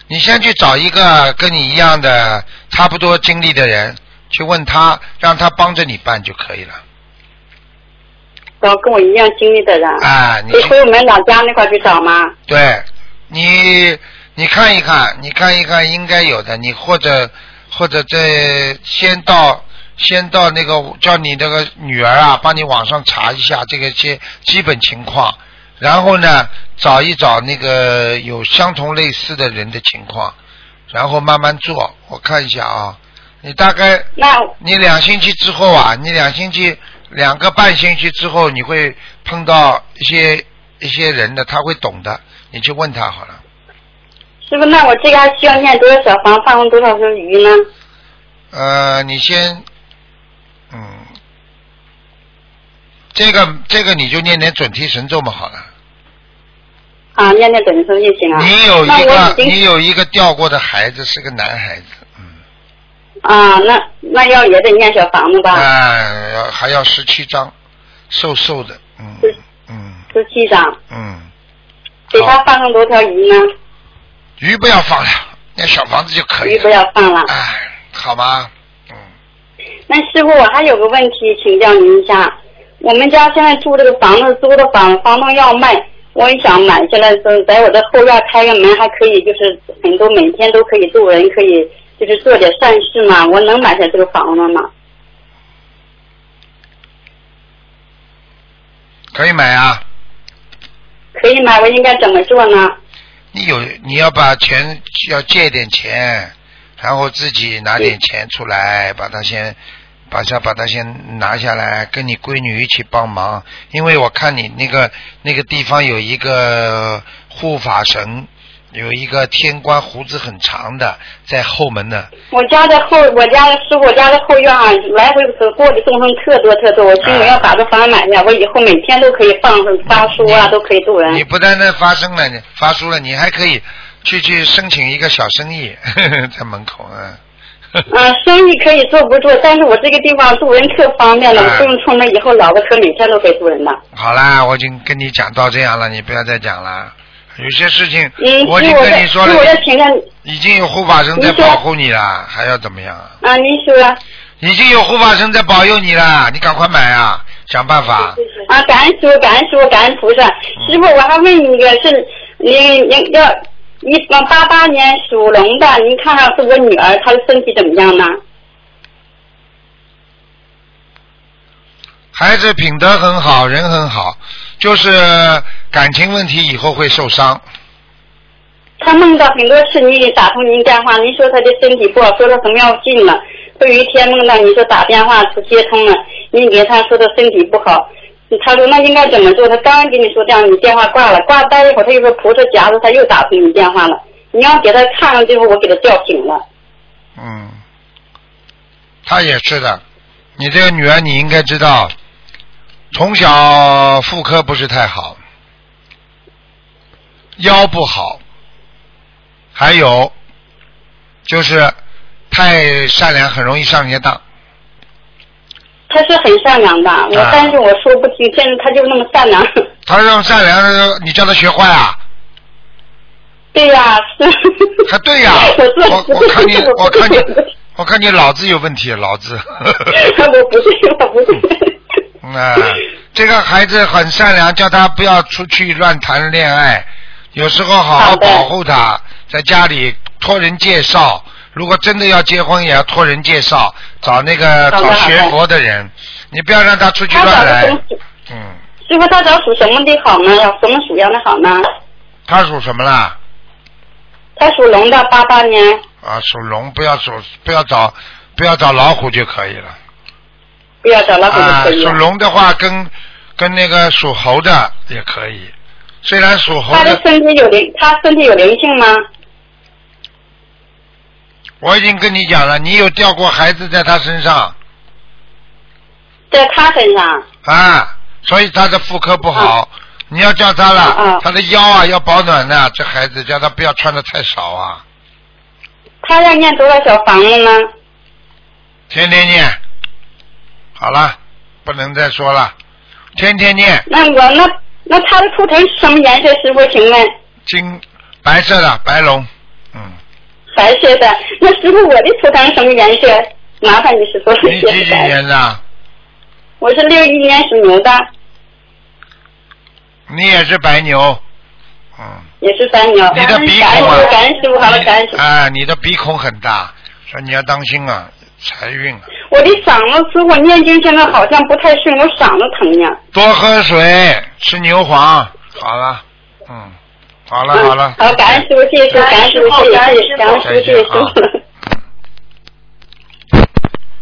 Speaker 1: 你先去找一个跟你一样的差不多经历的人，去问他，让他帮着你办就可以了。
Speaker 5: 找跟我一样经历的人，
Speaker 1: 哎，你
Speaker 5: 得
Speaker 1: 去
Speaker 5: 回我们老家那块去找吗？
Speaker 1: 对，你你看一看，你看一看，应该有的。你或者或者这先到先到那个叫你那个女儿啊，帮你网上查一下这个些基本情况，然后呢找一找那个有相同类似的人的情况，然后慢慢做。我看一下啊，你大概
Speaker 5: 那
Speaker 1: 你两星期之后啊，你两星期两个半星期之后，你会碰到一些一些人的，他会懂的，你去问他好了。
Speaker 5: 师傅，那我这个还需要念多少小房，放多少条鱼呢？
Speaker 1: 呃，你先，嗯，这个这个你就念点准提神咒嘛好了。
Speaker 5: 啊，念念准生就行啊。
Speaker 1: 你有一
Speaker 5: 那我
Speaker 1: 个
Speaker 5: 已经
Speaker 1: 你有一个掉过的孩子是个男孩子，嗯，
Speaker 5: 啊，那那要也得念小房子吧，
Speaker 1: 哎、要还要十七张，瘦瘦的，嗯
Speaker 5: 是
Speaker 1: 嗯
Speaker 5: 十七张，
Speaker 1: 嗯，
Speaker 5: 给
Speaker 1: 好
Speaker 5: 他放上多条鱼呢？
Speaker 1: 鱼不要放了，那小房子就可以
Speaker 5: 鱼
Speaker 1: 了。
Speaker 5: 不要放了。
Speaker 1: 哎，好吗？嗯，
Speaker 5: 那师傅，我还有个问题请教您一下，我们家现在住这个房子租的房，房东要卖，我也想买下来，在在我的后院开个门，还可以就是很多每天都可以住人，可以就是做点善事嘛，我能买下这个房子吗？
Speaker 1: 可以买啊。
Speaker 5: 可以买，我应该怎么做呢？
Speaker 1: 你有你要把钱要借点钱，然后自己拿点钱出来，把它先把它把它先拿下来，跟你闺女一起帮忙。因为我看你那个那个地方有一个护法神，有一个天官胡子很长的在后门呢。
Speaker 5: 我家的后，我家的师傅我家的后院啊，来回过的众生特多特多。我心里要把这房买下，我以后每天都可以放发书 啊，
Speaker 1: 你
Speaker 5: 都可以住人
Speaker 1: 你。不单单发生了你发书了，你还可以去去申请一个小生意， 在门口嗯。
Speaker 5: 嗯，生意可以做不做，但是我这个地方住人特方便了，
Speaker 1: 哎
Speaker 5: 我不用出门，以后老了车每天都可以住人的。
Speaker 1: 好啦，我已经跟你讲到这样了，你不要再讲了。有些事情
Speaker 5: 嗯，
Speaker 1: 我已
Speaker 5: 师
Speaker 1: 经
Speaker 5: 傅
Speaker 1: 跟
Speaker 5: 在，
Speaker 1: 你
Speaker 5: 师
Speaker 1: 说
Speaker 5: 傅在
Speaker 1: 了，
Speaker 5: 请问，
Speaker 1: 已经有护法神在
Speaker 5: 你说
Speaker 1: 保护你了，还要怎么样啊？
Speaker 5: 啊，您说
Speaker 1: 已经有护法神在保佑你了，你赶快买啊，想办法。
Speaker 5: 啊，感恩师傅，感恩师傅，感恩菩萨。
Speaker 1: 嗯
Speaker 5: 师傅，我还问你一个，是您您要一八八年属龙的，您看看是我女儿，她的身体怎么样呢？
Speaker 1: 孩子品德很好，人很好，就是感情问题以后会受伤。
Speaker 5: 他梦到很多次，你也打通您电话，您说他的身体不好，说他什么要进了，会有一天梦到你说打电话不接通了，你给他说他身体不好，他说那应该怎么做？他刚跟你说这样，你电话挂了，挂待一会儿他又说菩萨夹着，他又打通你电话了。你要给他看了之后，我给他叫醒了。
Speaker 1: 嗯，他也是的。你这个女儿，你应该知道，从小妇科不是太好，腰不好，还有就是太善良，很容易上人家当。
Speaker 5: 他是很善良的，我
Speaker 1: 啊
Speaker 5: 但是我说不听，现在他就那么善良。
Speaker 1: 他让善良，你叫他学坏啊？
Speaker 5: 对呀、是。
Speaker 1: 还 对呀、
Speaker 5: 我做
Speaker 1: 我我看你，我看你
Speaker 5: 我不对，
Speaker 1: 我看你脑子有问题，脑 子。
Speaker 5: 我不对，我不对。
Speaker 1: 嗯啊，这个孩子很善良，叫他不要出去乱谈恋爱，有时候好好
Speaker 5: 好的
Speaker 1: 保护他，在家里托人介绍。如果真的要结婚，也要托人介绍，找那个
Speaker 5: 好的
Speaker 1: 找
Speaker 5: 好的
Speaker 1: 学佛的人，你不要让他出去
Speaker 5: 他找
Speaker 1: 乱
Speaker 5: 的
Speaker 1: 来
Speaker 5: 东。西，
Speaker 1: 嗯，
Speaker 5: 师傅，他找属什么的好呢？什么属羊的好呢？
Speaker 1: 他属什么啦？
Speaker 5: 他属龙的，八八年。
Speaker 1: 啊，属龙，不要属不要找不要找老虎就可以了。
Speaker 7: 不要找老虎
Speaker 1: 啊，
Speaker 7: 就可以
Speaker 1: 属
Speaker 7: 了。
Speaker 1: 龙的话跟跟那个属猴的也可以，虽然属猴
Speaker 7: 他的
Speaker 1: 的，
Speaker 7: 身体有灵，他身体有灵性吗？
Speaker 1: 我已经跟你讲了，你有掉过孩子在他身上
Speaker 7: 在他身上。
Speaker 1: 啊，所以他的妇科不好。你要叫他了，
Speaker 7: 嗯嗯
Speaker 1: 他的腰啊要保暖的、这孩子叫他不要穿的太少啊，
Speaker 7: 他要念多少小房子呢？
Speaker 1: 天天念。好了，不能再说了，天天念
Speaker 7: 那我那那他的图腾是什么颜色？师傅，请问
Speaker 1: 金白色的白龙，嗯，
Speaker 7: 白色的。那师傅，我的图腾什么颜色？麻烦你师傅，
Speaker 1: 你
Speaker 7: 谢
Speaker 1: 几
Speaker 7: 谢
Speaker 1: 几
Speaker 7: 大家。
Speaker 1: 年的？
Speaker 7: 我是六一年属牛的，
Speaker 1: 你也是白牛，嗯。
Speaker 7: 也是三牛。
Speaker 1: 你的鼻孔
Speaker 7: 感恩
Speaker 1: 啊
Speaker 7: 师傅，感恩师傅，好了，感恩师
Speaker 1: 你
Speaker 7: 傅。
Speaker 1: 啊，你的鼻孔很大，说你要当心啊，财运啊，
Speaker 7: 我的嗓子，师傅念经现在好像不太顺，我嗓子疼呀。
Speaker 1: 多喝水，吃牛黄，好了，嗯，好了好了，
Speaker 7: 嗯好，感恩师傅，谢谢师傅，感恩师傅，谢谢谢谢，感恩师傅，谢谢师 傅。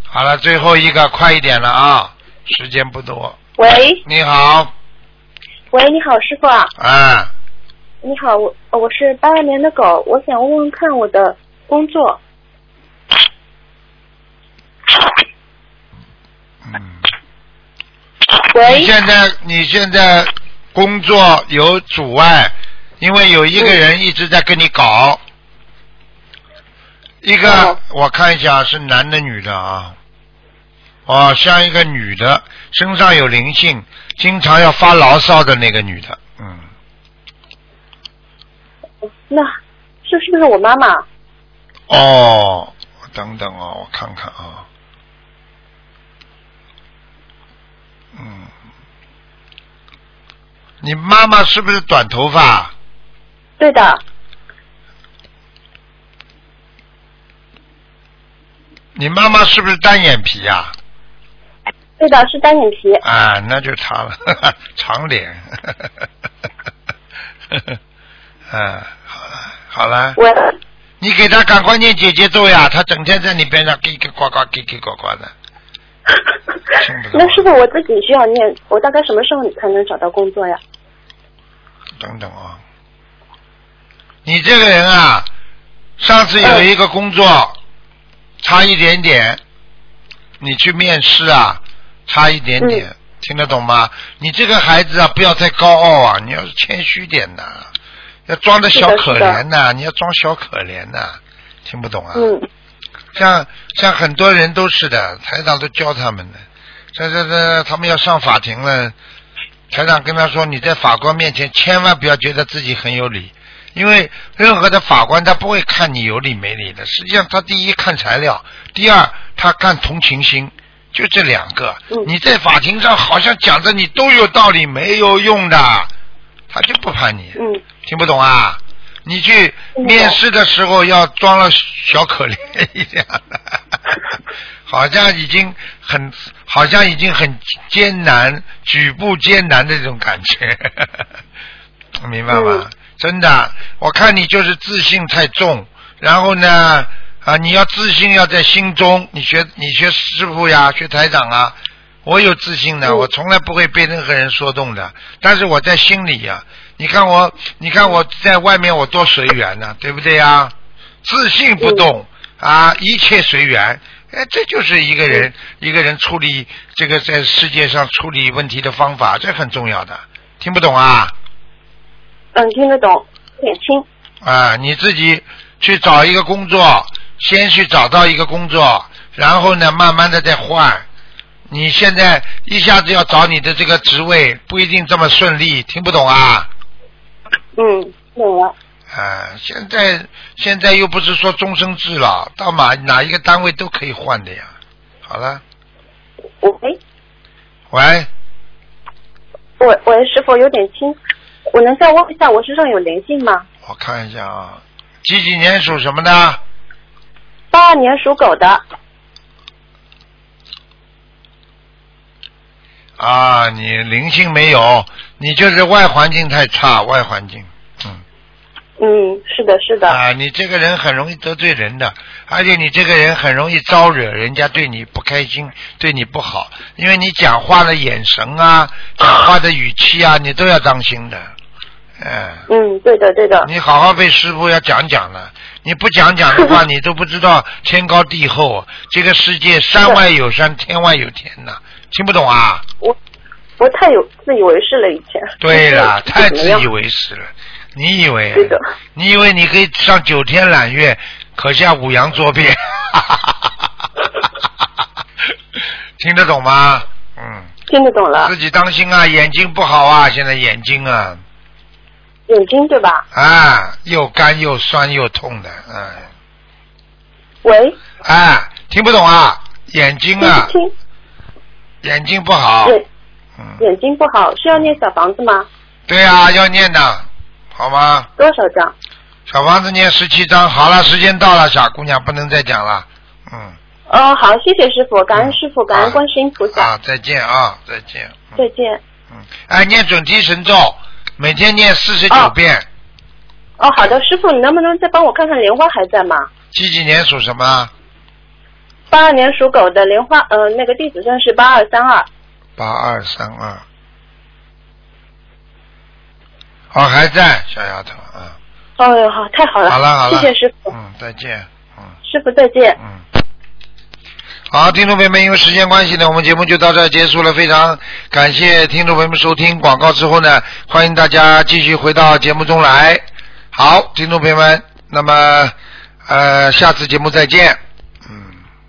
Speaker 1: 好了，最后一个快一点了啊，时间不多。
Speaker 8: 喂
Speaker 1: 你好，
Speaker 8: 喂，你好，师傅啊，
Speaker 1: 啊，
Speaker 8: 你好，我我是八二年的狗，我想问问看我的工作，
Speaker 1: 嗯，你
Speaker 8: 喂，
Speaker 1: 现在你现在工作有阻碍，因为有一个人一直在跟你搞。一个、
Speaker 8: 哦
Speaker 1: 我看一下是男的女的啊，哦，像一个女的，身上有灵性，经常要发牢骚的那个女的，嗯，
Speaker 8: 那是是不是我妈妈？
Speaker 1: 哦，等等哦，我看看啊，嗯，你妈妈是不是短头发啊？
Speaker 8: 对的，
Speaker 1: 你妈妈是不是单眼皮呀、
Speaker 8: 对的，是单眼皮。
Speaker 1: 啊？那就她了， 长脸。啊，好了，好了，
Speaker 8: 喂，
Speaker 1: 你给她赶快念姐姐咒呀，她整天在你边上叽叽呱呱、叽叽呱呱的。听不 懂
Speaker 8: 那师傅我自己需要念，我大概什么时候才能找到工作呀？
Speaker 1: 等等啊、你这个人啊，上次有一个工作差一点点，你去面试啊，差一点点，听得懂吗？你这个孩子啊，不要太高傲啊，你要是谦虚点呐、要装的小可怜呐、你要装小可怜呐、听不懂啊？
Speaker 8: 嗯，
Speaker 1: 像像很多人都是的，台长都教他们的。这这这，他们要上法庭了，台长跟他说：“你在法官面前千万不要觉得自己很有理，因为任何的法官他不会看你有理没理的。实际上，他第一看材料，第二他看同情心，就这两个。
Speaker 8: 嗯
Speaker 1: 你在法庭上好像讲的你都有道理，没有用的，他就不判你。
Speaker 8: 嗯，
Speaker 1: 听不懂啊？你去面试的时候要装了小可怜一样的， 好像已经很，好像已经很艰难、举步艰难的这种感觉， 明白吗？
Speaker 8: 嗯
Speaker 1: 真的，啊我看你就是自信太重，然后呢，啊，你要自信要在心中，你学你学师傅呀，学台长啊，我有自信的，我从来不会被任何人说动的。但是我在心里啊呀、你看我，你看我在外面我多随缘呐、对不对呀、自信不动、啊，一切随缘。哎，这就是一个人、一个人处理这个在世界上处理问题的方法，这很重要的。听不懂啊？
Speaker 8: 嗯，听得懂，有点轻。
Speaker 1: 啊，你自己去找一个工作，先去找到一个工作，然后呢，慢慢的再换。你现在一下子要找你的这个职位，不一定这么顺利，听不懂啊？
Speaker 8: 嗯，懂了。
Speaker 1: 啊，现在现在又不是说终身制了，到哪哪一个单位都可以换的呀。好了，
Speaker 8: 喂，
Speaker 1: 喂，
Speaker 8: 我喂，师傅有点轻，我能再问一下我身上有灵性吗？
Speaker 1: 我看一下啊，几几年属什么的？
Speaker 8: 八二年属狗的，
Speaker 1: 啊，你灵性没有，你就是外环境太差，外环境，嗯。
Speaker 5: 嗯，是的，是的，
Speaker 1: 啊，你这个人很容易得罪人的，而且你这个人很容易招惹人家对你不开心，对你不好，因为你讲话的眼神啊，讲话的语气啊，你都要当心的。嗯，
Speaker 5: 嗯，对的，对 的，
Speaker 1: 你好好被师傅要讲讲了，你不讲讲的 话，你都不知道天高地厚，这个世界山外有山，天外有天呐，听不懂啊？
Speaker 5: 我太有自以为是了，以前。
Speaker 1: 对 了，
Speaker 5: 就是
Speaker 1: 太
Speaker 5: 怎么
Speaker 1: 自
Speaker 5: 样
Speaker 1: 以为是了。你以为？
Speaker 5: 对的
Speaker 1: 你以为你可以上九天揽月，可下五洋捉鳖？ 听得懂吗？嗯，
Speaker 5: 听得懂了
Speaker 1: 自，己当心啊，眼睛不好啊，现在眼睛啊，
Speaker 5: 眼睛对吧？
Speaker 1: 啊，又干又酸又痛的，嗯，
Speaker 5: 喂，
Speaker 1: 啊，听不懂啊，眼睛
Speaker 5: 听
Speaker 1: 啊哦
Speaker 5: 不，清？
Speaker 1: 眼睛不好，
Speaker 5: 眼
Speaker 1: 嗯，
Speaker 5: 眼睛不好，是要念小房子吗？
Speaker 1: 对啊，要念的，好吗？
Speaker 5: 多少张？
Speaker 1: 小房子念十七章，好了，时间到了，傻姑娘不能再讲了，嗯，
Speaker 5: 哦，好，谢谢师傅，感恩师傅，感
Speaker 1: 啊
Speaker 5: 恩观世音菩萨，
Speaker 1: 啊，再见啊，再见，嗯
Speaker 5: 再见。
Speaker 1: 嗯，哎，念准提神咒，每天念四十九
Speaker 5: 哦
Speaker 1: 遍，
Speaker 5: 哦，好的，师傅，你能不能再帮我看看莲花还在吗？
Speaker 1: 几几年属什么？
Speaker 5: 八二年属狗的莲花，呃，那个地址证是八二三二。
Speaker 1: 八二三二，哦，还在，小丫头，嗯，
Speaker 5: 哦哟，好，太好了，
Speaker 1: 好了好了，
Speaker 5: 谢谢师傅，
Speaker 1: 嗯，再见，嗯。
Speaker 5: 师傅再见。
Speaker 1: 嗯，好，听众朋友们，因为时间关系呢，我们节目就到这儿结束了。非常感谢听众朋友们收听广告之后呢，欢迎大家继续回到节目中来。好，听众朋友们，那么呃，下次节目再见。